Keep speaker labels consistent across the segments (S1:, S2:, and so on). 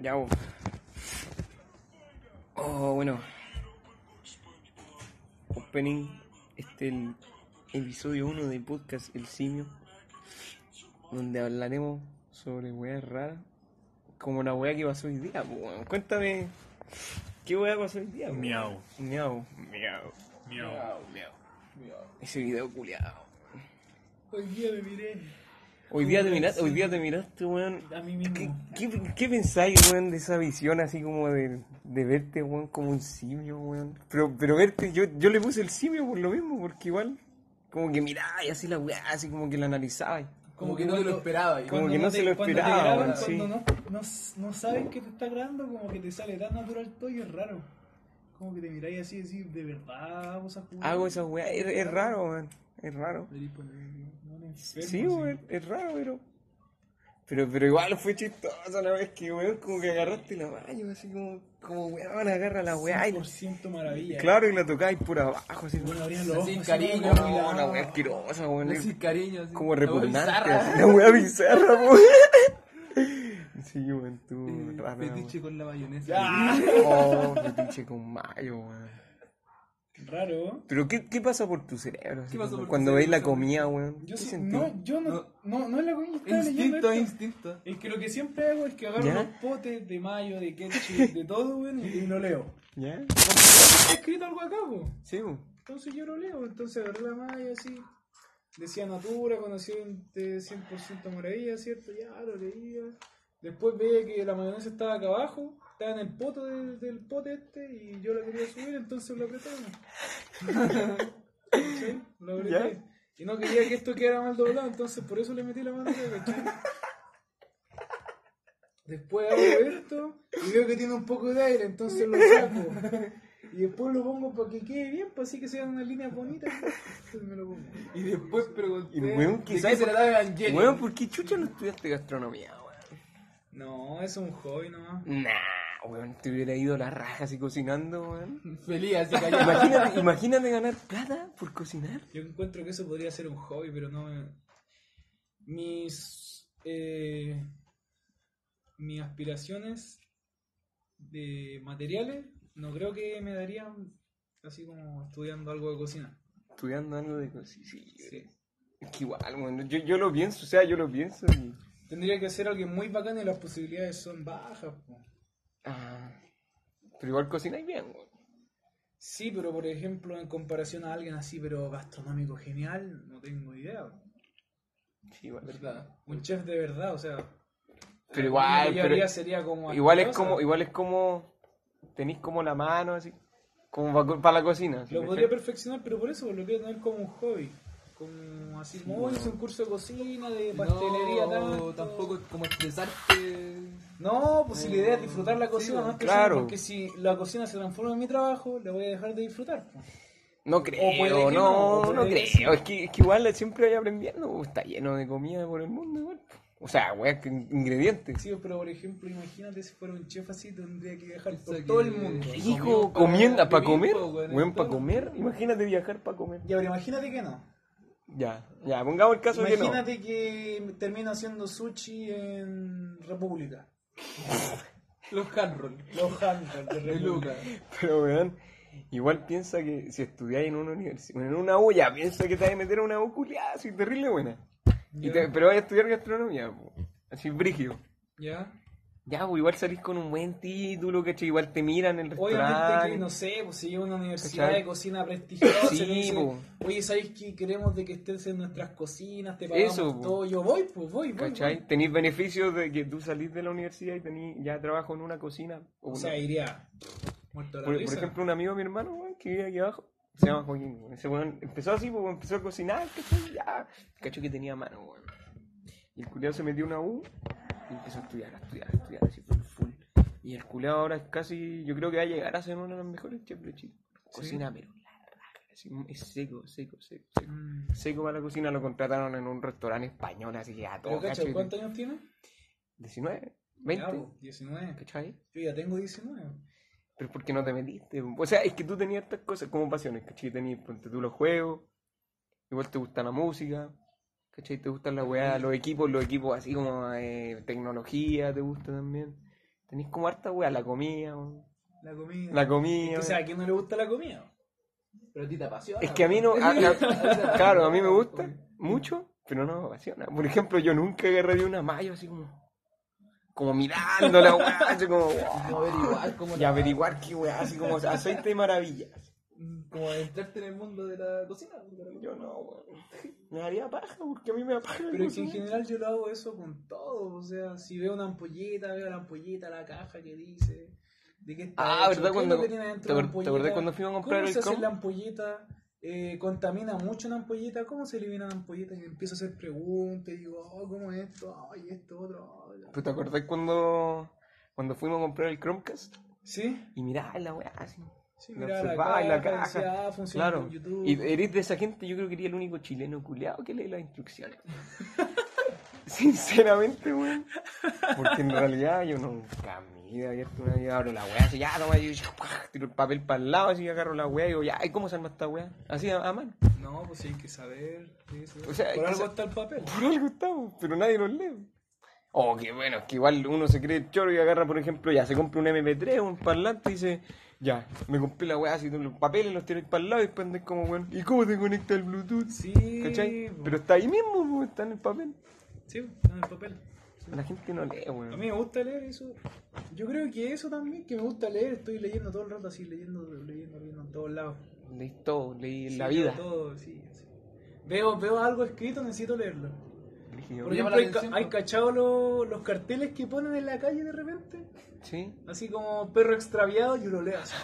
S1: Ya. bo. Oh, bueno. Opening. Este el episodio 1 del podcast El Simio. Donde hablaremos sobre weas raras. Como la wea que pasó hoy día, po, weón. Cuéntame. ¿Qué wea pasó hoy día, po, weón?
S2: Miau.
S1: Miau. Miau.
S2: Miau.
S1: Miau. Ese video culiado.
S3: Hoy día me miré
S1: Hoy día te miraste, hoy día te miraste, weón.
S3: a mí
S1: ¿Qué,
S3: mismo.
S1: qué, qué pensáis, weón, de esa visión así como de, de verte, weón, como un simio, weón? Pero, pero verte, yo, yo le puse el simio por lo mismo, porque igual, como que miráis así la weá, así como que la analizáis.
S3: Como que no te lo esperaba.
S1: Como que no se lo
S3: cuando te
S1: esperaba,
S3: graban,
S1: weón, sí.
S3: Cuando no, no, no sabes que te está grabando, como que te sale tan natural todo y es raro. Como que te miráis así y decís, de verdad vamos a jugar.
S1: Hago esa weá, es, es raro, weón, es raro.
S3: Deberías ponerle, no, un enfermo,
S1: Sí,
S3: así.
S1: weón, es raro, pero... Pero, pero igual fue chistosa la vez que, weón, como que agarraste la mano, así como, como weón, agarra la weá y... la-
S3: 100% maravilla.
S1: Claro, y la tocáis por abajo, así,
S3: pues, Bueno, abrías los ojos.
S4: Así,
S3: así,
S4: cariño,
S3: como que
S4: no,
S1: Oh,
S3: miraba.
S1: una weá asquerosa, weón.
S4: Así, cariño, así.
S1: como
S4: La wea
S1: repugnante,
S4: bizarra.
S1: así, una weá bizarra, weón. Sí, weón, tú,
S4: Eh,
S1: rara,
S4: Fetiche con la mayonesa.
S3: Ya.
S1: weón. Oh, fetiche con mayo, weón.
S3: Raro.
S1: Pero, ¿qué, qué pasa por tu cerebro? así,
S4: ¿Qué pasa
S1: como
S4: por tu
S1: cuando veis la
S4: cerebro?
S1: comida, weón.
S3: Yo
S1: ¿Qué
S3: sí-
S1: sentís?
S3: no, yo no, no, no es la comida que estaba leyendo
S4: Instinto,
S3: esto.
S4: instinto.
S3: Es que lo que siempre hago es que agarro
S1: ¿Ya?
S3: los potes de mayo, de ketchup, de todo, weón, y, y lo leo.
S1: ¿Ya?
S3: Está escrito algo acá, weón.
S1: Sí, weón.
S3: Entonces yo lo leo, entonces agarré la malla así. Decía Natura, de 100% maravilla, ¿cierto? Ya lo leía. Después veía que la mayonesa estaba acá abajo, estaba en el poto del, del pote este, y yo la quería subir, entonces lo apreté. ¿no? ¿Cachai? Lo apreté.
S1: ¿Ya?
S3: Y no quería que esto quedara mal doblado, entonces por eso le metí la mano acá, ¿cachai? Después hago esto y veo que tiene un poco de aire, entonces lo saco. Y después lo pongo para que quede bien, para así que sean unas líneas bonitas. Entonces me lo pongo.
S4: Y después pregunté.
S1: Y el weón que
S4: ¿De
S1: sabe
S4: qué se
S1: por-
S4: la da Evangelion?
S1: Weón, ¿por qué chucha no estudiaste gastronomía, weón?
S3: No, es un hobby nomás.
S1: Nah, weón, te hubiera ido la raja así cocinando, weón.
S4: Feliz, así cayó.
S1: Imagínate, imagínate ganar plata por cocinar.
S3: Yo encuentro que eso podría ser un hobby, pero no. me- Mis. eh, mis aspiraciones de materiales no creo que me darían así como estudiando algo de cocina.
S1: Estudiando algo de cocina. Sí,
S3: Sí.
S1: Es que igual, weón, yo, yo lo pienso, o sea, yo lo pienso y...
S3: Tendría que ser alguien muy bacán y las posibilidades son bajas. po.
S1: Ah, pero igual cocináis bien, weón.
S3: Sí, pero por ejemplo, en comparación a alguien así, pero gastronómico genial, no tengo idea. po.
S1: Sí, igual.
S4: ¿Verdad?
S3: Un chef de verdad, o sea.
S1: Pero igual,
S3: la
S1: pero-
S3: mayoría sería como
S1: igual es
S3: asquerosa.
S1: como, igual es como, tenéis como la mano así, como para la cocina. así,
S3: Lo
S1: ¿cachai?
S3: podría perfeccionar, pero por eso lo quiero tener como un hobby. Como así, como "Oye, hice un curso de cocina, de pastelería,
S4: No,
S3: tanto".
S4: tampoco es como expresarte.
S3: No, pues si la idea es disfrutar la
S4: Sí,
S3: cocina,
S4: bueno,
S3: más que
S1: claro.
S3: eso, porque si la cocina se transforma en mi trabajo, la voy a dejar de disfrutar. pues. po.
S1: no
S3: puede
S1: creo,
S3: que no, o
S1: no, no,
S3: puede que
S1: creo. Es que, es que igual siempre hay aprendiendo, weón, está lleno de comida por el mundo, igual. O sea, weón, que in- ingredientes.
S3: Sí, pero por ejemplo, imagínate si fuera un chef así, tendría que viajar por
S4: Pensé
S3: todo
S4: que-
S3: el mundo.
S1: Hijo,
S4: comió
S1: comienda
S4: para
S1: para comer,
S4: vivir, po, weón,
S1: weón, para
S4: claro.
S1: comer. Imagínate viajar para comer.
S3: Ya, pero imagínate que no.
S1: Ya, ya, pongamos el caso de que no.
S3: Imagínate que, termino haciendo sushi en República.
S4: Los hand roll.
S3: Los Hamptons de
S4: De
S3: República.
S4: Lucas.
S1: Pero, weón, igual piensa que si estudiáis en una universidad, en una U, ya piensa que te vas a meter a una U culiada, si terrible buena. Y te- pero vas a estudiar gastronomía, po. así brígido.
S3: ¿Ya?
S1: Ya, pues igual salís con un buen título, ¿cachai? Igual te miran en el
S3: Obviamente que,
S1: restaurante.
S3: no sé, pues si es una universidad
S1: ¿Cachai?
S3: de cocina prestigiosa,
S1: Sí, pues.
S3: te dicen,
S1: po.
S3: oye, ¿sabéis que queremos de que estés en nuestras cocinas, te pagamos
S1: Eso, po.
S3: todo? Yo voy, pues voy, voy. voy.
S1: ¿Cachai? Tenéis beneficios de que tú salís de la universidad y tenís ya trabajo en una cocina. o
S3: O
S1: una-
S3: sea, iría muerto de la
S1: por, por
S3: risa.
S1: ejemplo, un amigo de mi hermano, weón, que vive aquí abajo, se llama Joaquín, weón. Ese weón empezó así, pues, weón, empezó a cocinar, ¿cachai? Ya, cacho que tenía mano, weón. Y el culiado se metió a una U y empezó a estudiar, a estudiar, a estudiar, así full, full. Y el culiado ahora es casi, yo creo que va a llegar a ser uno de los mejores chefs de Chile. Cocina, pero la raja, así, es seco, seco, seco, seco.
S3: Mm.
S1: Seco para la cocina, lo contrataron en un restaurante español, así que a todo,
S3: Pero,
S1: cacho.
S3: cacho,
S1: que-
S3: ¿cuántos años tiene?
S1: 19,
S3: Ya,
S1: 20,
S3: pues, 19.
S1: ¿cachai?
S3: Yo ya tengo 19.
S1: Pero ¿por qué no te metiste? O sea, es que tú tenías estas cosas como pasiones, ¿cachai? Tenías, ponte tú los juegos, igual te gusta la música, ¿cachai? Te gustan las weas, los equipos, los equipos así como eh, tecnología, te gusta también. Tenéis como harta weá, la comida, weón.
S3: La comida.
S1: La comida.
S3: Es que, o sea, ¿a quién no le gusta la comida?
S4: Pero a ti te apasiona.
S1: eh. Es que a mí no. a- a- claro, a mí me gusta mucho, pero no me apasiona. Por ejemplo, yo nunca agarré de una mayo así como. Como mirándola, weá, así como.
S4: weón. No averiguar cómo
S1: Y averiguar qué weá, así como aceite de maravillas.
S3: mm,
S4: Como entrarte en el mundo de la cocina. weón.
S1: Yo no, weón. Me daría paja, porque a mí me da paja.
S3: Pero es que en
S1: cocinar.
S3: general yo lo hago eso con todo. O sea, si veo una ampolleta, veo la ampolleta, la caja que dice. ¿De qué está
S1: Ah,
S3: hecho,
S1: ¿verdad?
S3: qué
S1: Cuando-
S3: lo tenía dentro
S1: ¿te
S3: de la
S1: acuer- te
S3: ampolleta?
S1: acordás cuando fuimos a comprar
S3: ¿Cómo
S1: el
S3: se hace
S1: com?
S3: la ampolleta? Eh, ¿Contamina mucho una ampolleta? ¿Cómo se elimina una ampolleta? Y empiezo a hacer preguntas y digo, oh, ¿cómo es esto? Ay, esto, otro. ay,
S1: ¿Tú pues, te acordás cuando, cuando fuimos a comprar el Chromecast?
S3: ¿Sí?
S1: Y mirá la weá así.
S3: Sí,
S1: La
S3: miraba la
S1: observaba
S3: caja,
S1: en la
S3: y decía,
S1: caja.
S3: ah, funciona
S1: Claro.
S3: con YouTube.
S1: Y eres de esa gente, yo creo que eres el único chileno culeado que lee las instrucciones. Sinceramente, weón. Porque en realidad yo nunca en mi vida he abierto una vida, abro la weá, así, ya, toma, y yo, ¡pah! tiro el papel para el lado, así agarro la weá y digo, ya, ¿y cómo se arma esta weá? Así a, a mano.
S3: No, pues hay que saber. hay que saber.
S1: O sea, hay
S3: Por
S1: que
S3: algo
S1: sa-
S3: está el papel.
S1: Por algo estamos, pero nadie los lee. Oh, que bueno, es que igual uno se cree choro y agarra, por ejemplo, ya se compra un MP3 o un parlante y dice, ya, me compré la weá, así los papeles los tiráis para el lado y después andáis como, bueno, ¿y cómo te conecta el Bluetooth?
S3: Sí,
S1: ¿Cachai?
S3: po.
S1: Pero está ahí mismo, po, está en el papel.
S3: sí, está en el papel.
S1: La gente no lee, weón.
S3: A mí me gusta leer eso. Yo creo que eso también, que me gusta leer. Estoy leyendo todo el rato así, leyendo, leyendo, leyendo en todos lados.
S1: Leí todo, leí la
S3: Sí, leo
S1: vida.
S3: Todo, sí, sí. Veo, veo algo escrito, necesito leerlo.
S1: Brígido.
S3: Por
S4: Me
S3: ejemplo,
S4: llama la
S3: hay,
S4: atención,
S3: ca- hay
S4: ¿no?
S3: cachado lo- los carteles que ponen en la calle de repente.
S1: ¿Sí?
S3: Así como perro extraviado, yo lo leo así.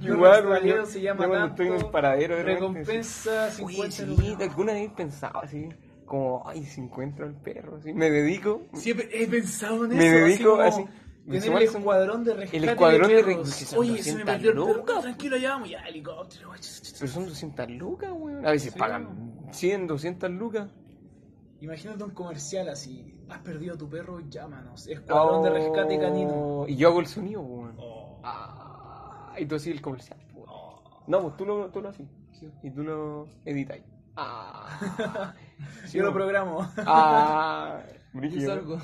S3: Yo
S1: Igual,
S3: lo
S1: weón,
S3: extraviado
S1: yo-
S3: se llama
S1: yo cuando
S3: tanto,
S1: estoy en el paradero de repente,
S3: Recompensa
S1: Oye,
S3: 50
S1: sí,
S3: lucas.
S1: alguna vez pensaba así, como, ay, si encuentro al perro, así, me dedico,
S3: Siempre he pensado en
S1: Me
S3: eso.
S1: dedico
S3: como
S1: así.
S3: Tener
S1: Igual
S3: el
S1: son-
S3: escuadrón de rescate. de
S1: escuadrón de
S3: perros.
S1: rescate, son
S3: Oye, se me
S1: 200
S3: perdió el perro.
S1: lucas. pues.
S3: Tranquilo, ya vamos. Ya, helicóptero.
S1: pero son 200 lucas, weón. A veces
S3: Sí.
S1: pagan 100, 200 lucas.
S3: Imagínate un comercial así. Has perdido a tu perro, llámanos. Escuadrón de rescate canino.
S1: Oh, Y yo hago el sonido, weón.
S3: Oh,
S1: Ah, y tú así el comercial, weón. No, pues tú lo, tú lo así. Y tú lo editas. Ah. Sí,
S3: yo lo
S1: weón.
S3: programo.
S1: Ah.
S4: Yo
S1: brígido.
S4: salgo.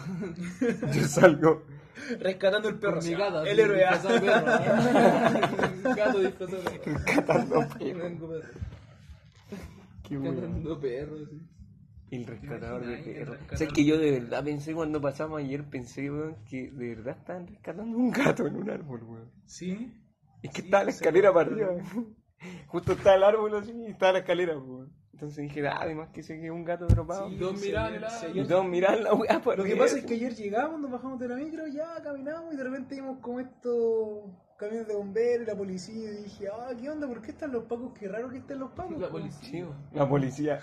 S1: Yo salgo.
S3: Rescatando el perro.
S4: Con mi
S3: o sea,
S4: gata.
S3: el
S4: así,
S3: héroe. ah.
S4: disfrazado de perro. Gato disfrazado de perro.
S1: Catando perros.
S4: Tengo perro.
S1: Qué weón.
S4: Cantando perro, sí.
S1: El rescatador de
S3: Imagina, el
S1: perros.
S3: rescatador.
S1: O sea, que yo de verdad pensé cuando pasamos ayer, pensé, weón, que de verdad estaban rescatando un gato en un árbol, weón.
S3: Sí.
S1: Es que
S3: Sí, pues,
S1: estaba la
S3: se
S1: escalera para
S3: rompió.
S1: arriba. Justo estaba el árbol así y estaba la escalera, po, weón. Entonces dije, ah, además que se quedó un gato atropado.
S3: Sí,
S4: Dos
S3: se
S4: miradas,
S3: vio-
S4: miradas.
S3: se
S1: y
S3: vio-
S1: todos miraban la weá para
S3: Lo que pasa es que ayer llegamos, nos bajamos de la micro, ya caminamos y de repente vimos como estos camiones de bomberos, la policía, y dije, ah, ¿qué onda? ¿Por qué están los pacos? Qué raro que estén los pacos.
S4: La policía.
S1: La policía.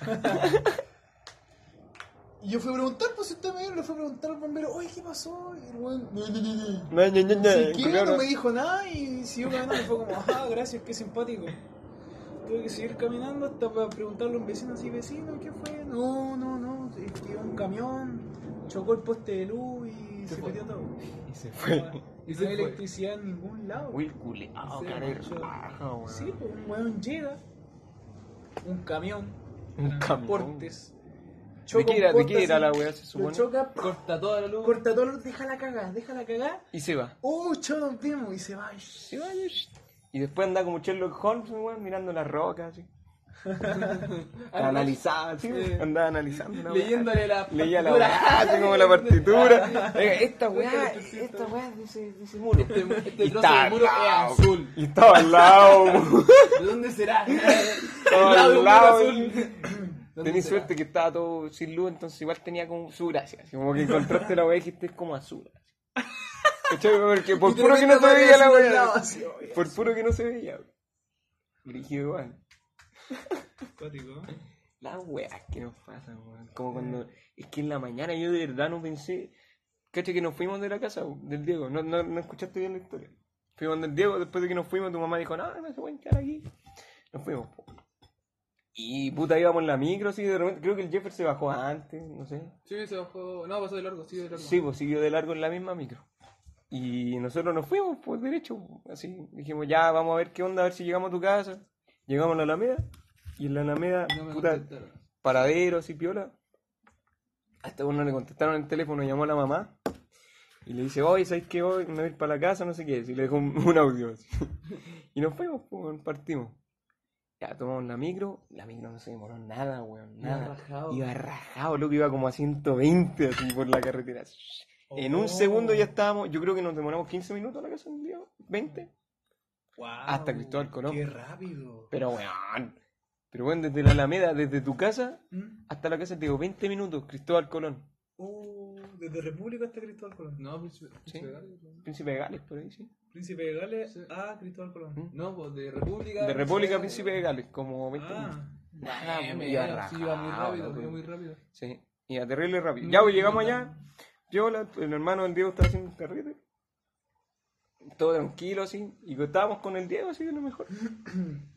S3: Y yo fui a preguntar, pues si usted me dio, le fui a preguntar al bombero, oye, ¿qué pasó? Y el weón, no, no, no, no.
S1: No, no, no, no,
S3: Se quedó,
S1: culiao,
S3: no
S1: no.
S3: me dijo nada y siguió caminando. Y fue como, ah, gracias, qué simpático. Tuve que seguir caminando hasta para preguntarle a un vecino así, vecino, ¿qué fue? No, no, no, es que iba un camión, chocó el poste de luz y se,
S4: fue.
S3: metió todo.
S1: Y se fue.
S3: Y
S4: Y
S3: no
S4: se
S3: hay
S4: fue.
S3: electricidad en ningún lado.
S1: Will culeado,
S4: Se
S1: cara de
S4: marchó.
S1: raja, weón.
S3: Sí, pues un weón llega, un camión,
S1: Un camión.
S3: portes,
S1: ¿De qué era, de qué era la
S3: weá?
S1: weá, se
S3: Lo
S1: supone?
S3: choca,
S4: Corta toda la luz.
S3: corta todo, deja la cagada, deja la cagada.
S1: Y se va.
S3: ¡Oh, chao, don Primo! Y se va.
S1: Se va, y sh- Y después anda como Sherlock Holmes, weón, mirando las rocas, así. Analizaba, sí,
S4: Eh.
S1: andaba analizando la weá.
S4: Leyéndole la
S1: Leía la
S4: partitura.
S1: weá, así como la partitura. Oiga, esta weá, esta weá de ese, de ese muro.
S4: Este, este
S1: Y
S4: trozo de
S1: estaba
S4: muro
S1: al
S4: es
S1: lado.
S4: azul.
S1: Y estaba al lado. weón.
S4: ¿De dónde será?
S1: Estaba
S4: Al
S1: al
S4: lado
S1: lado.
S4: de un muro azul. ¿Dónde
S1: Tenés
S4: será?
S1: suerte que estaba todo sin luz, entonces igual tenía como su gracia. así como que encontraste la weá y dijiste es como azul. ¿Cachai? Porque por
S3: Y
S1: puro que no se
S3: tremenda
S1: veía la
S3: variación al lado,
S1: weá.
S3: así, oye,
S1: Por puro que no se veía. weón. Brígido igual.
S3: cuático, ¿eh?
S1: Las weas que nos pasan, weón. Como cuando. Es que en la mañana yo de verdad no pensé. Cacha que nos fuimos de la casa weón, del Diego. No, no, no escuchaste bien la historia. Fuimos del Diego, después de que nos fuimos, tu mamá dijo, no, no se pueden quedar aquí. Nos fuimos, po. Y puta, íbamos en la micro, así de repente. Creo que el Jeffer se bajó antes, no sé.
S4: Sí, se bajó. No, pasó de largo, sí, de largo.
S1: Sí, pues siguió de largo en la misma micro. Y nosotros nos fuimos, pues derecho. Así dijimos, ya, vamos a ver qué onda, a ver si llegamos a tu casa. Llegamos a la Alameda. Y en la Alameda,
S4: No me
S1: puta,
S4: contestaron.
S1: paradero, así piola. Hasta uno le contestaron el teléfono, llamó a la mamá. Y le dice, oye, ¿sabes qué? Hoy me voy a ir para la casa, no sé qué. Y le dejó un, un audio así. Y nos fuimos, pues, weón, partimos. Ya tomamos la micro, la micro no se demoró nada, weón,
S4: Iba
S1: nada.
S4: rajado.
S1: Iba rajado, loco, iba como a 120 así por la carretera. En un
S3: Oh.
S1: segundo ya estábamos, yo creo que nos demoramos 15 minutos a la casa un día, 20.
S3: Guau,
S1: Hasta Cristóbal Colón.
S3: Qué rápido.
S1: Pero weón, pero weón, desde la Alameda, desde tu casa
S3: ¿Mm?
S1: hasta la casa, te digo, 20 minutos, Cristóbal Colón.
S3: Uh, desde República hasta Cristóbal Colón.
S4: No, Príncipe-
S1: Sí.
S4: Príncipe de Gales, ¿no?
S1: Príncipe de Gales, por ahí, sí.
S3: Príncipe de Gales
S4: Sí.
S3: a Cristóbal Colón.
S1: ¿Mm?
S4: No, pues de República.
S1: De República a Príncipe de Gales, como 20 minutos.
S3: Ah,
S1: Nada,
S4: Eh,
S1: pues,
S4: me-
S1: iba
S4: sí, iba muy
S1: rajado,
S4: rápido,
S1: loco.
S4: iba muy rápido.
S1: Sí, y a terrible rápido. Ya, pues llegamos allá. Yo, la- el hermano del Diego estaba haciendo un carrete. Todo tranquilo, así. Y estábamos con el Diego, así de lo mejor.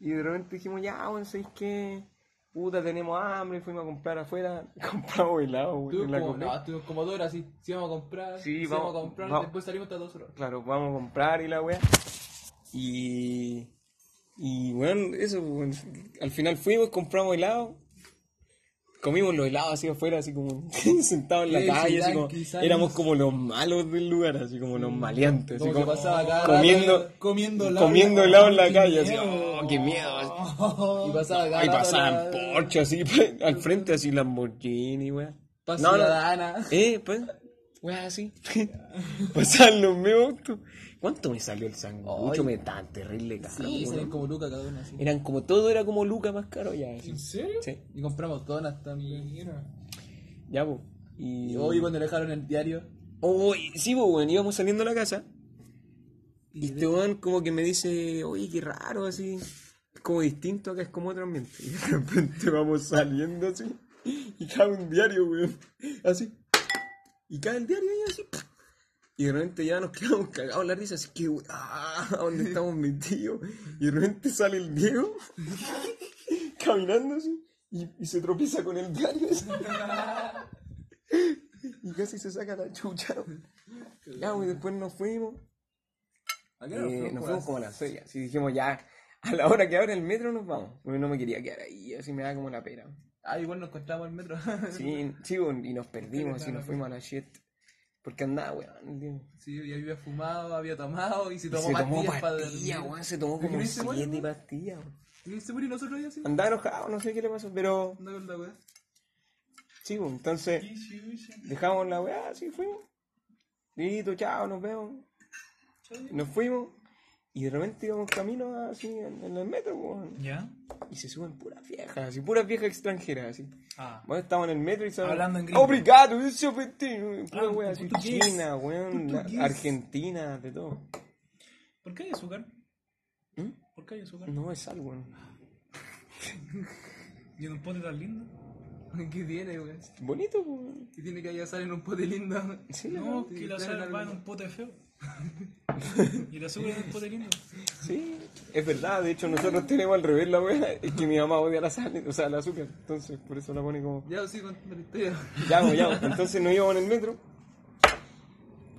S1: Y de repente dijimos, ya, weón, ¿sabéis qué? Puta, tenemos hambre. Fuimos a comprar afuera. Compramos helado, weón. en
S4: Estuvimos
S1: la
S4: como,
S1: Coca.
S4: no, estuvimos como dos horas así. Si íbamos a comprar,
S1: Sí,
S4: si
S1: vamos-
S4: íbamos a comprar,
S1: vamos.
S4: después salimos hasta dos horas.
S1: Claro, vamos a comprar y la weá. Y. Y bueno, eso, weón. al final fuimos, compramos helado. Comimos los helados así afuera, así como sentados en la
S4: Sí,
S1: calle, así
S4: quizás-
S1: como,
S4: quizás- Mm,
S1: éramos como los malos del lugar, así como los maleantes, así
S4: Como
S1: como
S4: que pasaba cada rato,
S1: comiendo,
S3: comiendo helado.
S1: comiendo helado en la
S3: Qué
S1: calle, así,
S3: miedo.
S1: oh, qué miedo. así.
S4: Y pasaba cada
S1: Ahí
S4: rato
S1: pasaban
S4: la-
S1: Porsche así, al frente así Lamborghini, weá.
S4: Pasa
S1: No, no.
S4: ciudadana.
S1: Eh, pues, weá, así. Pasaban los mismos autos. ¿Cuánto me salió el sangucho?
S4: Ay.
S1: Me tan terrible caro.
S4: Sí,
S1: weón.
S4: salen como Luca cada una así.
S1: Eran como todo, era como Luca más caro ya. así.
S3: ¿En serio?
S1: Sí,
S4: Y compramos donas también.
S3: Mira.
S1: ya, pues. Y.
S4: Y hoy cuando le dejaron el diario.
S1: Oh, y- sí, pues, weón, íbamos saliendo de la casa. Y este weón como que me dice, oye, qué raro, así. Es como distinto acá, es como otro ambiente. Y de repente vamos saliendo así. Y cae un diario, weón. Así. Y cae el diario ahí así. Y de repente ya nos quedamos cagados en la risa, así que, we- ah, ¿a ¿dónde estamos metidos? Y de repente sale el Diego, caminando así, y, y se tropieza con el diario. así. Y casi se saca la chucha. weón. Ya, y después nos fuimos.
S4: ¿A qué
S1: Eh,
S4: hora nos fuimos?
S1: nos fuimos como a las seis, así dijimos ya, a la hora que abre el metro nos vamos. Porque no me quería quedar ahí, así me da como la pera.
S4: Ah, igual nos encontramos en el metro.
S1: Sí, sí, weón, y nos perdimos y nos fuimos a la shit. Porque andaba, weón. tío.
S4: Sí, y había fumado, había tomado y se
S1: Y
S4: tomó
S1: Se tomó
S4: pastillas para
S1: pastillas,
S4: dormir.
S1: weón, se tomó
S4: ¿Y
S1: como
S4: no hice
S1: siete
S4: bueno?
S1: pastillas. weón.
S4: Y se murió nosotros ya así.
S1: Andaba enojado, no sé qué le pasó, pero
S4: Anda con la weá.
S1: sí, weón, entonces dejamos la weá, así fuimos. Listo, chao, nos vemos. Nos fuimos y de repente íbamos camino así en, en el metro, weón.
S3: ¿Ya?
S1: Y se suben puras viejas, así, puras viejas extranjeras, así.
S3: Ah.
S1: Bueno, estamos en el metro y se
S3: Hablando en gringo.
S1: Obrigado, eu sou argentino. Pura
S3: Ah,
S1: wea, así,
S3: portugués.
S1: China, weón, la-
S3: Portugués.
S1: Argentina, de todo.
S3: ¿Por qué hay azúcar?
S1: ¿Mm?
S3: ¿Por qué hay azúcar?
S1: No es algo, weón.
S3: ¿Y en un pote tan lindo?
S4: ¿Qué tiene, weón?
S1: Bonito, weón.
S4: Y tiene que hallar sal en un pote lindo.
S1: Sí,
S3: No,
S1: no.
S3: que la
S4: claro,
S3: sal
S4: claro.
S3: va en un pote feo. y el azúcar en un pote lindo.
S1: sí. Es verdad, de hecho, nosotros tenemos al revés la wea. Es que mi mamá odia la sal, o sea, el azúcar. Entonces, por eso la pone como.
S4: Ya, sí, con la historia.
S1: Ya, weón, ya. weón. Entonces nos íbamos en el metro.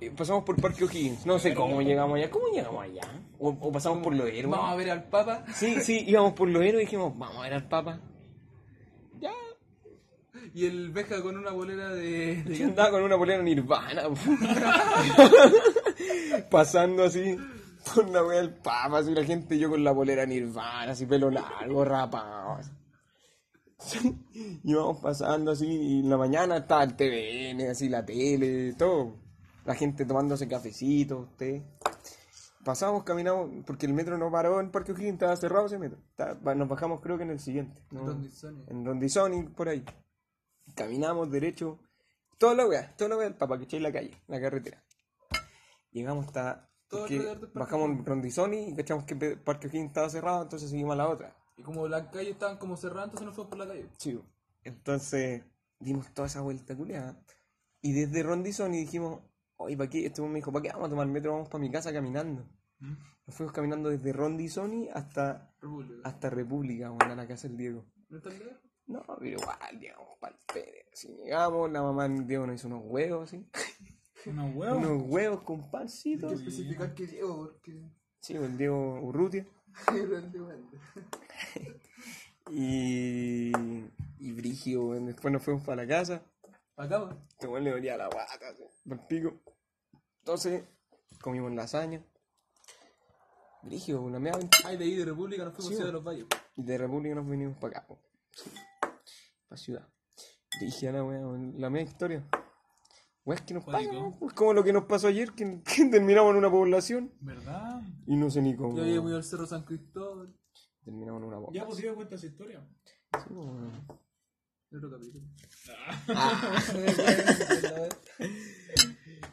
S1: Eh, Pasamos por Parque O'Higgins. No sé cómo llegamos allá. ¿Cómo llegamos allá? O, o pasamos por los héroes.
S4: Vamos a ver al Papa.
S1: Sí, sí, íbamos por los héroes y dijimos, vamos a ver al Papa. Ya.
S4: Y el Beja con una bolera de. de-
S1: Yo andaba con una polera nirvana, po. pasando así por la wea del papa, así la gente, yo con la polera nirvana, así pelo largo, rapado. así. Sí, Y vamos pasando así, y en la mañana estaba el TVN, así la tele, todo. La gente tomándose cafecitos, té. Pasamos, caminamos, porque el metro no paró en Parque O'Higgins, estaba cerrado ese metro. Estaba- nos bajamos creo que en el siguiente. ¿no?
S4: Rondizoni.
S1: en Rondizoni, por ahí. Caminamos derecho, toda la weá, toda la weá del papa, que echáis la calle, la carretera. Llegamos hasta.
S4: Todo
S1: porque
S4: alrededor del Parque
S1: bajamos en Rondizoni y cachamos que Pe- Parque O'Higgins estaba cerrado, entonces seguimos a la otra.
S4: Y como las calles estaban como cerradas, entonces nos fuimos por la calle.
S1: Chivo. Entonces dimos toda esa vuelta culiada. Y desde Rondizoni dijimos, oye, ¿para qué? Este weón me dijo, ¿para qué vamos a tomar metro? Vamos para mi casa caminando.
S4: ¿Mm?
S1: Nos fuimos caminando desde Rondizoni hasta,
S4: República.
S1: hasta República, weón, a la casa del Diego.
S4: ¿No está lejos?
S1: No, pero igual, llegamos para el Si llegamos, la mamá del Diego nos hizo unos huevos, así.
S3: Unos huevos.
S1: unos huevos con pancito.
S4: Hay que especificar que Diego, porque.
S1: Sí, el Diego Urrutia. Y. Y Brigio, weón. Después nos fuimos para la casa.
S4: Acá, weón.
S1: Este weón le dolía la guata, así, por el pico. Entonces, comimos lasaña. Brígido, una media aventura.
S4: Ay, de ahí de República nos
S1: Sí,
S4: fuimos a Ciudad
S1: bo.
S4: de los Valles.
S1: Y de República nos venimos para acá, para ciudad. Dije a la wea, weón, la media historia. Weón, es que nos pasa,
S4: Cuático.
S1: weón, pues, como lo que nos pasó ayer, que, que terminamos en una población
S3: ¿Verdad?
S1: y no sé ni cómo.
S4: Yo había
S1: weón.
S4: ido al Cerro San Cristóbal.
S1: Terminamos en una población.
S3: Ya pues yo cuenta esa historia.
S4: En otro capítulo.
S1: Ah.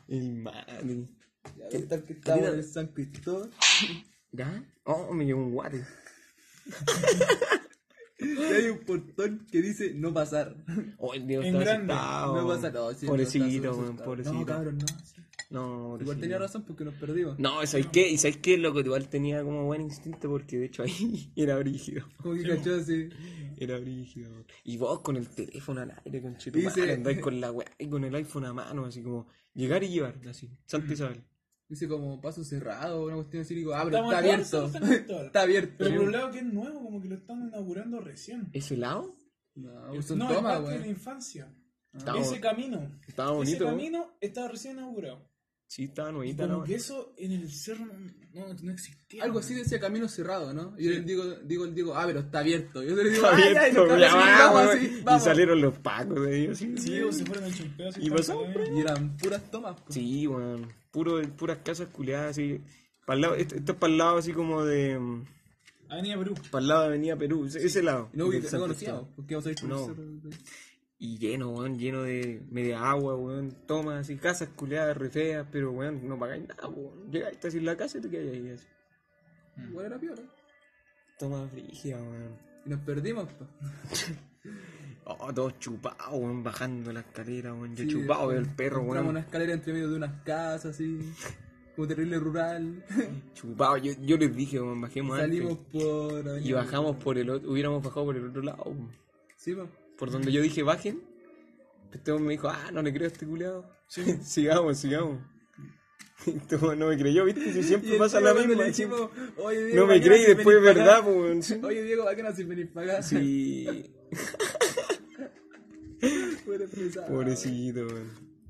S1: El madre.
S4: Ya, tal que estaba
S1: Mira.
S4: en el San Cristóbal.
S1: ¿Ya? Oh, me llevó un guate.
S4: Y hay un portón que dice no pasar.
S1: Oh, el Diego
S3: En
S1: estaba
S3: grande.
S1: asustado.
S4: No
S1: weón.
S4: pasa nada. sí, no,
S1: pobrecito,
S4: está súper
S1: weón,
S4: asustado.
S1: pobrecito.
S4: No, cabrón, no. sí.
S1: No,
S4: Igual
S1: pobrecito.
S4: tenía razón porque nos perdimos.
S1: No, ¿sabes qué? ¿Y sabes qué, loco? Igual tenía como buen instinto porque de hecho ahí era brígido.
S4: Como que cachó así.
S1: Era brígido. weón. Y vos con el teléfono al aire, con chito.
S4: Dice-
S1: Andáis con la weá y con el iPhone a mano, así como llegar y llevar, así.
S4: Mm.
S1: Santa Isabel.
S4: Dice como paso cerrado, una cuestión así. Digo, ah, pero
S3: Estamos
S4: está
S3: en el Cerro
S4: abierto.
S3: San Cristóbal.
S4: Está abierto.
S3: Pero por un lado que es nuevo, como que lo están inaugurando recién.
S1: ¿Ese lado?
S4: No, pues son
S3: no, el
S4: tomas,
S3: patio de la
S4: weón.
S3: infancia.
S1: Estaba,
S3: Ese camino.
S1: estaba
S3: Ese
S1: bonito. weón.
S3: camino estaba recién inaugurado.
S1: Sí, estaba
S3: Y
S1: bonita la
S3: como
S1: weá.
S3: que eso en el cerro no, no existía.
S4: Algo así decía camino cerrado, ¿no? Y yo le digo, digo, le digo, ah, pero está abierto. Yo le digo,
S1: Está
S4: ah, ya, y
S1: abierto,
S4: nos
S1: weón.
S4: cagamos, y vamos
S1: Vamos,
S4: así,
S1: weón. Y
S4: vamos.
S1: salieron los pacos de ellos. Sí,
S3: Sí, o se fueron al chimpeo. así
S1: ¿Y
S3: estaban
S1: pasó?
S3: cagados.
S4: Y eran puras tomas. po.
S1: Sí, weón. Puro, puras casas culeadas así. Pa'l lado, esto, esto es para el lado así como de.
S3: Avenida Perú.
S1: Para el lado de Avenida Perú, ese, ese lado.
S4: Y no,
S1: del
S4: y no
S1: Santa
S4: conocíamos,
S1: Fe.
S4: porque vamos a ir por
S1: No.
S4: el cerro.
S1: Y lleno, weón, lleno de media agua, weón. Tomas así, casas culeadas re feas, pero weón, no pagáis nada, weón. Llegáis, estás en la casa y te quedáis ahí así. Mm.
S4: Igual era peor.
S1: Toma frigia, weón.
S4: Y nos perdimos, po.
S1: Oh, todos chupados, weón, bajando la escalera, weón. Yo
S4: Sí,
S1: chupado
S4: eh,
S1: veo el perro,
S4: Entramos
S1: weón.
S4: una escalera entre medio de unas casas, así. Como terrible rural.
S1: Chupado, yo, yo les dije, weón, bajemos
S4: Salimos
S1: antes.
S4: por. Avenida
S1: Y bajamos por el otro, hubiéramos bajado por el otro lado, weón.
S4: Perú. Sí, po.
S1: Por donde yo dije bajen, este hombre me dijo, ah, no le creo a este culeado. sigamos, sigamos. Y este weón no me creyó, viste, si siempre
S4: el
S1: pasa
S4: Diego
S1: la
S4: cuando
S1: misma.
S4: le "Eh,
S1: sí.
S4: dijimos, Oye, Diego,
S1: No me
S4: ¿a qué
S1: creí,
S4: haces
S1: después es
S4: venir para
S1: verdad,
S4: acá?
S1: po, weón. Sí.
S4: Oye, Diego, ¿a qué no haces venir para acá?
S1: Sí.
S4: Fuera pesado.
S1: Pobrecito, weón.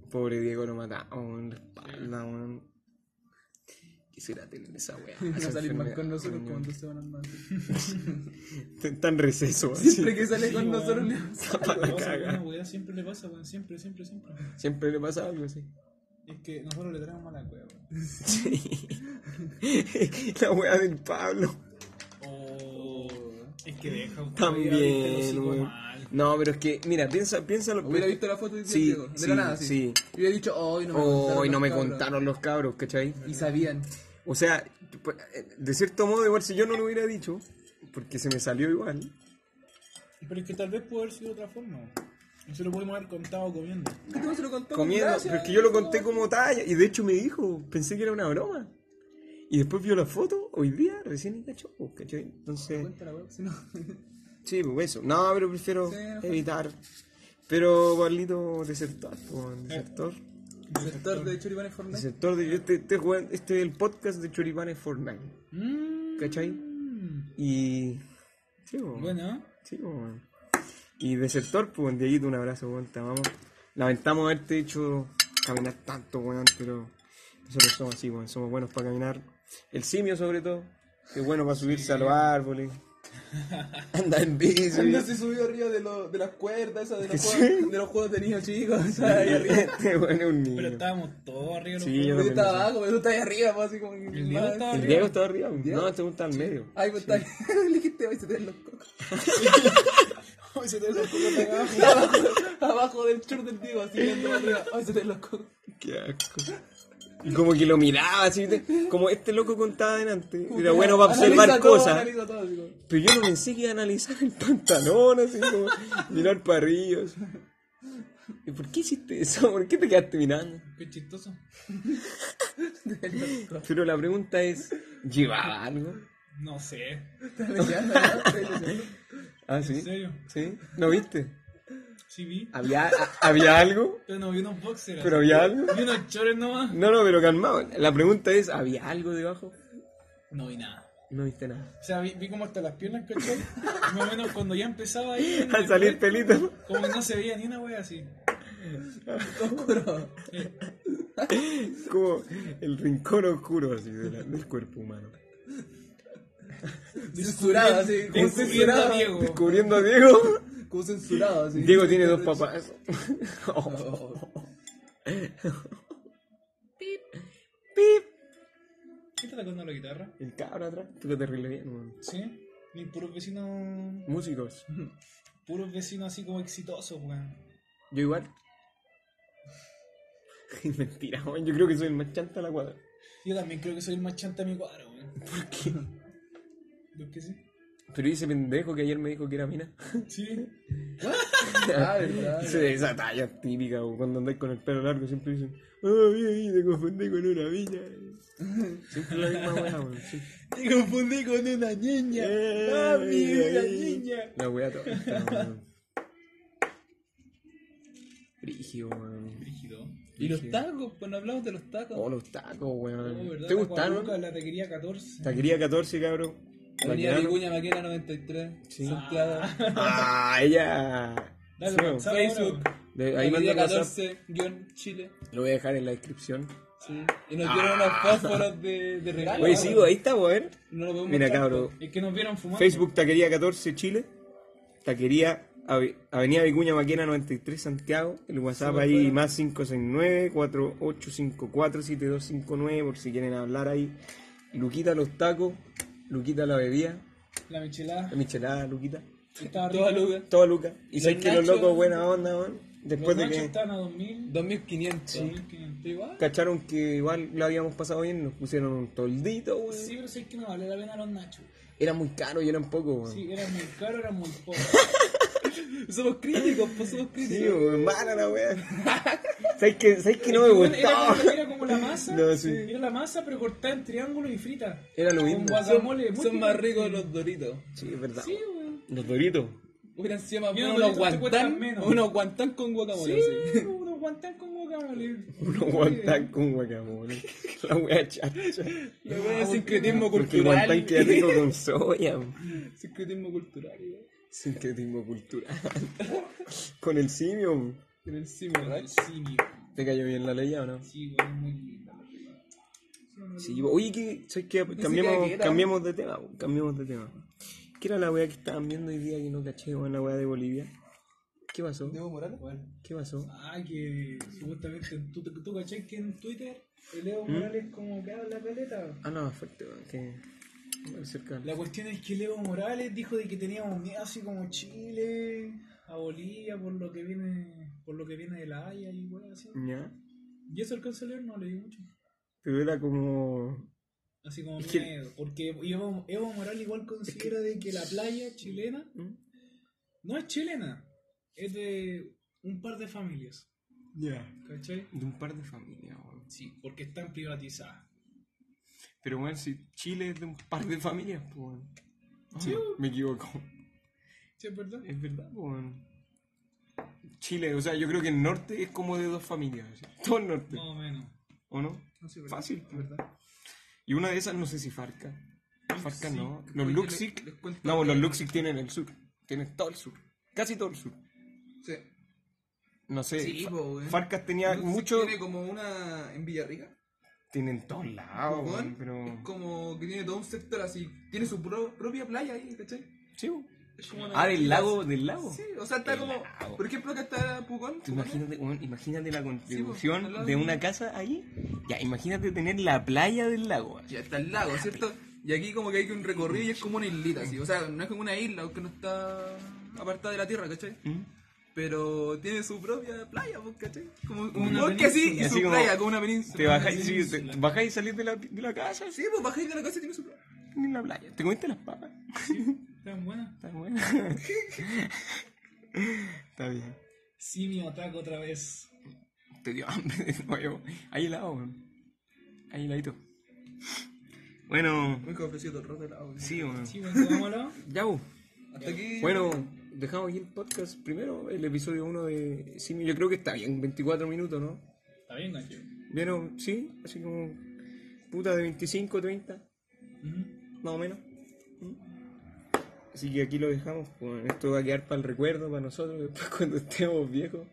S1: Pobre Diego lo matamos, weón. La espalda, weón. Quisiera tener esa weá.
S4: No
S1: esa
S4: salir más
S1: enfermedad,
S4: con nosotros como
S1: weón.
S4: en dos semanas más.
S1: Está- Está en receso, weón.
S4: Siempre que sale con
S3: weón.
S4: nosotros, le vamos
S1: Está para la
S3: O sea,
S1: caga.
S3: una weá siempre le pasa, weón. Siempre, siempre, siempre.
S1: Siempre le pasa algo así.
S3: Es que nosotros le traemos mala cueva, weón.
S1: Sí. La weá del Pablo.
S3: Es que deja un
S1: También, weón. No, pero es que, mira, piensa, piénsalo.
S4: Hubiera visto la foto de
S1: Sí,
S4: Diego, de
S1: sí,
S4: la nada, sí.
S1: sí.
S4: Y hubiera dicho, hoy no
S1: Hoy no me
S4: me contaron los cabros".
S1: contaron los cabros, ¿cachai?
S4: Y sabían.
S1: O sea, pu- eh, de cierto modo, igual si yo no lo hubiera dicho, porque se me salió igual.
S3: Pero es que tal vez puede haber sido de otra forma. weón. Nosotros lo podemos haber contado comiendo.
S4: ¿Qué tú se lo contó?
S1: Comiendo,
S4: Gracias.
S1: pero es que yo lo conté como talla, y de hecho me dijo, pensé que era una broma. Y después vio la foto, hoy día, recién y cachó, pues, ¿cachai? Entonces,
S4: Cuéntala, weón, si no.
S1: sí, pues eso. No, pero prefiero
S4: Sí, no.
S1: evitar. Pero, Pablito, desertor,
S4: Eh.
S1: pues, desertor.
S4: El sector de Choripanes Fortnite.
S1: Desertor de, este, este, weón- este es el podcast de Choripanes Fortnite,
S3: Mmm.
S1: ¿cachai? Y... Sí, pues.
S3: Bueno,
S1: Sí, po, weón. Y desertor, pues, Dieguito, un abrazo, weón, te amamos. Lamentamos haberte hecho caminar tanto, weón, pero nosotros somos así, weón, somos buenos para caminar. El simio, sobre todo, que es bueno para subirse a los árboles. Anda en bici.
S4: Anda se subió arriba de, lo- de las cuerdas, esas de los,
S1: Sí.
S4: juegos, de los juegos de niños chicos. o sea, ahí arriba.
S1: Este weón es un niño.
S3: pero estábamos todos arriba de los
S1: Sí,
S3: juegos.
S1: yo
S4: Yo
S1: también
S4: estaba
S1: lo sé.
S4: abajo, pero tú estás ahí arriba, pues, así como. que-
S3: El Diego estaba
S1: El
S3: arriba.
S1: Diego está arriba. No, este weón está al medio.
S4: Ay, pues está ahí. Le dijiste, "Oye, se te ven los cocos.
S3: Ay, se te ve esa puta cagada.
S4: Abajo, abajo del short del Diego, así viendo arriba. Ay, se te ven los cocos.
S1: Qué asco. Y como que lo miraba así, te- como este loco contaba adelante. Era bueno para
S4: Analiza
S1: observar
S4: todo,
S1: cosas.
S4: analiza todo, así como.
S1: Pero yo no pensé que iba a analizar el pantalón, así como mirar para arriba. así. ¿Y por qué hiciste eso? ¿Por qué te quedaste mirando?
S3: Qué chistoso.
S4: Te ven los cocos.
S1: Pero la pregunta es, ¿llevaba algo?
S3: No sé.
S4: Te ven los cocos, te ven los cocos.
S1: Ah, sí.
S3: ¿En serio?
S1: ¿Sí? ¿No viste?
S3: Sí vi.
S1: ¿Había, a- ¿había algo?
S3: Pero no vi unos boxers.
S1: ¿Pero había algo?
S3: Vi unos chores nomás.
S1: No, no, pero calmado. La pregunta es, ¿había algo debajo?
S3: No vi nada.
S1: No viste nada.
S3: O sea, vi, vi como hasta las piernas, ¿cachai? Más o menos cuando ya empezaba ahí.
S1: Al salir pelito.
S3: Como que no se veía ni una wea así.
S4: Oscuro.
S3: Eh,
S1: Como el rincón oscuro así de la- del cuerpo humano.
S4: Censurado, así. Como
S3: Descubriendo
S4: censurado.
S3: a Diego.
S1: Descubriendo a Diego.
S4: Como censurado, así.
S1: Diego tiene dos papás.
S4: Oh.
S3: ¿Quién está tocando la guitarra?
S1: El cabra atrás. Tú terrible bien, weón.
S3: Sí. Mis puros vecinos.
S1: Músicos.
S3: Puros vecinos así como exitosos, weón.
S1: Yo igual. Mentira, weón. Yo creo que soy el más chanta de la cuadra.
S3: Yo también creo que soy el más chanta de mi cuadro, weón.
S1: ¿Por qué?
S3: ¿Ves que sí?
S1: Pero ese pendejo que ayer me dijo que era mina.
S3: Sí.
S4: Ah, verdad.
S1: Ese- Esa talla típica, weón, cuando andáis con el pelo largo siempre dicen, oh, mira, ahí te confundí con una mina. Siempre la misma weá, weón. siempre.
S3: Te confundí con una niña. Mami, una niña.
S1: Eh, La wea tonta, weón. Brígido, weón.
S3: Rígido.
S4: Y los tacos, pues no hablamos de los tacos.
S1: Oh, los tacos,
S3: Oh,
S1: weón.
S3: ¿verdad?
S1: ¿Te
S3: La
S1: gustaron?
S3: Guadaluca, La taquería 14.
S1: Taquería 14, cabrón.
S4: Avenida
S1: Maquinano.
S4: Vicuña Maquena 93,
S1: Sí.
S4: Santiago.
S1: Ah, ya.
S3: Dale,
S1: Sí,
S3: WhatsApp ahora,
S4: Facebook.
S3: weón.
S1: de- Eh, ahí manda
S4: Avenida
S1: el WhatsApp.
S4: 14, guión Chile.
S1: Lo voy a dejar en la descripción.
S4: Sí. Y nos dieron unos fósforos de, de regalo.
S1: Oye, sí, ahí está, weón.
S4: No lo podemos
S1: Mira,
S4: mostrar,
S1: cabrón.
S4: pues.
S3: Es que nos vieron fumando.
S1: Facebook Taquería 14 Chile, Taquería Ave- Avenida Vicuña Maquena 93 Santiago, el WhatsApp ahí más 569-4854-7259 por si quieren hablar ahí. Luquita los tacos, Luquita la bebida,
S3: La michelada.
S1: la michelada, Luquita,
S3: Estaba rica.
S4: Toda Lucas.
S1: todo Luca. Y
S4: Los
S1: sé que los
S4: nachos.
S1: locos buena onda, weón. Después
S3: Los
S1: de
S3: nachos
S1: que
S3: estaban a 2000.
S4: 2500.
S3: 2500.
S4: Igual.
S1: cacharon que igual lo habíamos pasado bien, nos pusieron un toldito, weón.
S4: pues.
S3: Sí, pero sé que no vale la pena los nachos.
S1: Era muy caro y eran pocos,
S4: Ah.
S1: weón.
S3: Sí, era muy caro, era muy poco.
S4: Somos críticos, pues somos
S1: Sí,
S4: críticos.
S1: weón, mala la weá. ¿Sabes que, ¿Sabes que no me
S3: Bueno, era,
S1: gustaba?
S3: como, era como la masa,
S1: No, sí.
S3: era la masa pero cortada en triángulo y frita.
S4: Eh.
S1: Era lo
S3: Con
S1: mismo.
S3: guacamole. muy
S4: Son más
S3: rico.
S4: ricos los doritos.
S1: Sí, es verdad.
S3: Sí, weón.
S1: Los doritos.
S4: Hubieran sido más
S3: Y unos
S4: buenos unos
S3: doritos te cuestan
S4: guantán.
S3: menos.
S4: Unos guantán con guacamole.
S3: Sí,
S4: así.
S3: unos guantán con guacamole.
S1: Uno guantán con guacamole. La wea chacha.
S4: La verdad es sincretismo
S1: Porque el
S4: cultural.
S1: guantán queda rico con soya.
S4: Sincretismo cultural, eh. igual.
S1: Sincretismo cultural. Con el simio.
S4: En el cine, ¿verdad?
S3: El simio.
S1: ¿Te cayó bien la ley o no?
S3: Sí, weón, muy lindo.
S1: Sí, oye, que, ¿sabes qué?
S4: siquiera
S1: Cambiamos,
S4: que era.
S1: cambiamos de tema, bo, cambiamos de tema. ¿Qué era la wea que estaban viendo hoy día que no caché, weón, la wea de Bolivia? ¿Qué pasó?
S4: ¿Debo Morales?
S1: ¿Qué pasó?
S3: Ah, que supuestamente tú, tú caché que en Twitter el Leo
S4: ¿Mm?
S3: Morales como que habla caleta.
S1: Ah, no, fuerte, weón, que... Muy cerca.
S3: La cuestión es que Leo Morales dijo de que teníamos miedo así como Chile, a Bolivia, por lo que viene, por lo que viene de la Haya y weón así.
S1: Ya.
S3: Y eso alcanzó a leer, no leí mucho.
S1: Pero era como...
S3: Así como
S1: Es que-
S3: miedo. Porque Evo, Evo Morales igual considera de que la playa chilena
S1: ¿Mm?
S3: no es chilena, es de un par de familias.
S1: Ya.
S3: ¿Cachai?
S1: De un par de familias, weón.
S3: Sí, porque están privatizadas.
S1: Pero bueno, si Chile es de un par de familias, pues. weón. Ah, me equivoco.
S3: ¿Sí es verdad?
S1: Es verdad, pues. weón. Chile, o sea, yo creo que el norte es como de dos familias. así. Todo el norte,
S3: Más o menos.
S1: ¿o no?
S3: No sé,
S1: Fácil, pues.
S3: ¿verdad?
S1: Y una de esas, no sé si Farca. Farca no.
S4: después
S1: Los
S4: te-
S1: Luxic.
S4: después te-
S1: No, los Luxic tienen el sur. Tienen todo el sur. Casi todo el sur.
S4: Sí.
S1: No sé.
S4: Sí,
S1: Fa-
S4: pues, weón.
S1: Farcas tenía mucho.
S4: Tiene como una en Villarrica.
S1: Tienen todos lados,
S4: Pucón,
S1: weón,
S4: Pues, es
S1: Ah, pero.
S4: como que tiene todo un sector así. Tiene su pro- propia playa ahí, ¿cachai?
S1: Sí, weón.
S4: Es como una-
S1: Ah, del lago, del lago.
S4: Sí, o sea, está
S1: Del
S4: como.
S1: lago.
S4: Por ejemplo, acá está Pucón.
S1: Tú
S4: Pucón,
S1: imagínate, weón, imagínate la
S4: Sí, pues, al
S1: contribución
S4: lado
S1: de
S4: de-
S1: una casa ahí. Ya, imagínate tener la playa del lago. así.
S4: Y está el lago, ¿cierto? Y aquí como que hay un recorrido y es como una islita, así. O sea, no es como una isla, porque no está apartada de la tierra, ¿cachai?
S1: ¿Mm?
S4: Pero tiene su propia playa, pues, ¿cachai? Como un
S3: Una
S4: bosque así y
S1: Así
S4: su
S1: como-
S4: playa, como una península.
S1: Te bajáis, sí, te bajáis y salís de la, de la casa,
S4: Sí, pues bajáis de la casa y tiene su playa.
S1: ni en la playa. ¿Te comiste las papas?
S3: Están buenas.
S1: Está bueno. Está bien.
S3: Sí, mi ataco otra vez.
S1: Te dio hambre de nuevo. Hay helado, weón. Hay heladito. Bueno,
S4: Me he ofrecido todo el rato el agua.
S1: sí, weón.
S3: Sí, bueno, vámonos.
S1: Ya, weón.
S4: Hasta aquí.
S1: Bueno, dejamos aquí el podcast primero, el episodio 1 de Simio. Yo creo que está bien, 24 minutos, ¿no?
S3: Está bien, gancho.
S1: Vieron, sí, así como puta de 25, 30,
S3: Ujú.
S1: más o menos. ¿Mm? Así que aquí lo dejamos. pues, Esto va a quedar para el recuerdo, para nosotros, después cuando estemos viejos.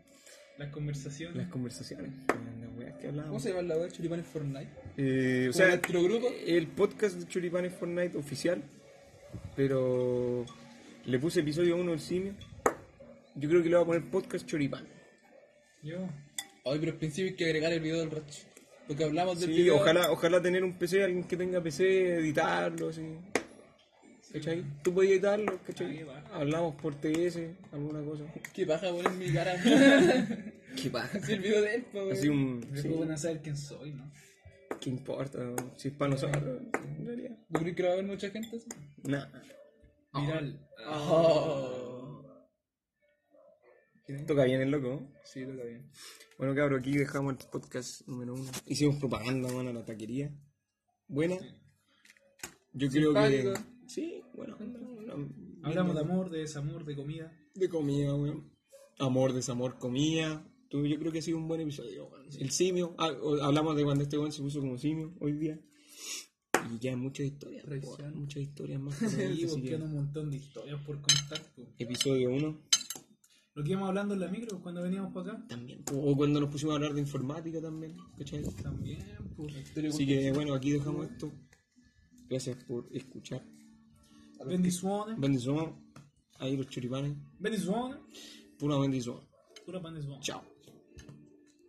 S3: Las conversaciones.
S1: Las conversaciones. pues, las weas que hablábamos.
S4: ¿Cómo se llama la web Churipanes Fortnite?
S1: Eh, o
S4: Como
S1: sea,
S4: nuestro grupo.
S1: el podcast de Churipanes Fortnite oficial, pero le puse episodio 1 del simio. Yo creo que le voy a poner podcast Churipan.
S3: Yo.
S4: Ay, pero al principio hay que agregar el video del racho. Porque hablamos del
S1: Sí,
S4: video.
S1: ojalá, ojalá tener un PC, alguien que tenga PC, editarlo, así. ¿Cachai? Tú podías editarlo, ¿cachai? Hablamos por TS, alguna cosa.
S4: Qué paja poner mi cara.
S1: ¿Qué pasa?
S4: Así el video de él, po, weón.
S1: Así un. sí,
S3: Después van a saber quién soy, ¿no?
S1: ¿Qué importa? no? Si es para nosotros, en realidad.
S4: ¿Tú crees que lo va a ver mucha gente? eso?
S1: Nada.
S3: Viral.
S1: Ah.
S4: Oh.
S1: Toca bien el loco. ¿no?
S4: Sí, lo está bien.
S1: Bueno, cabrón, aquí dejamos el podcast número uno. Hicimos propaganda, mano, a la taquería. Buena. Yo creo que.
S4: Simpático.
S1: Sí, bueno. no, no.
S3: Hablamos de amor, de desamor, de comida.
S1: De comida, weón. Amor, desamor, comida. Tú, yo creo que ha sido un buen episodio, weón. El simio. ah, o- hablamos de cuando este weón se puso como simio hoy día. Y ya hay muchas historias,
S4: Traición.
S1: weón, muchas historias más. por ahí,
S3: Sí,
S1: así
S3: porque
S1: que-
S3: hay un montón de historias por contacto.
S1: Episodio 1.
S3: Lo que íbamos hablando en la micro cuando veníamos para acá.
S1: También. O cuando nos pusimos a hablar de informática también. ¿Cachai?
S3: También, pues.
S4: Historia
S1: Así que bueno, aquí dejamos esto. Gracias por escuchar.
S3: Bendiciones.
S1: Bendición. Ahí los churipanes.
S3: Bendiciones.
S1: Pura bendición.
S3: Pura bendición.
S1: Chao.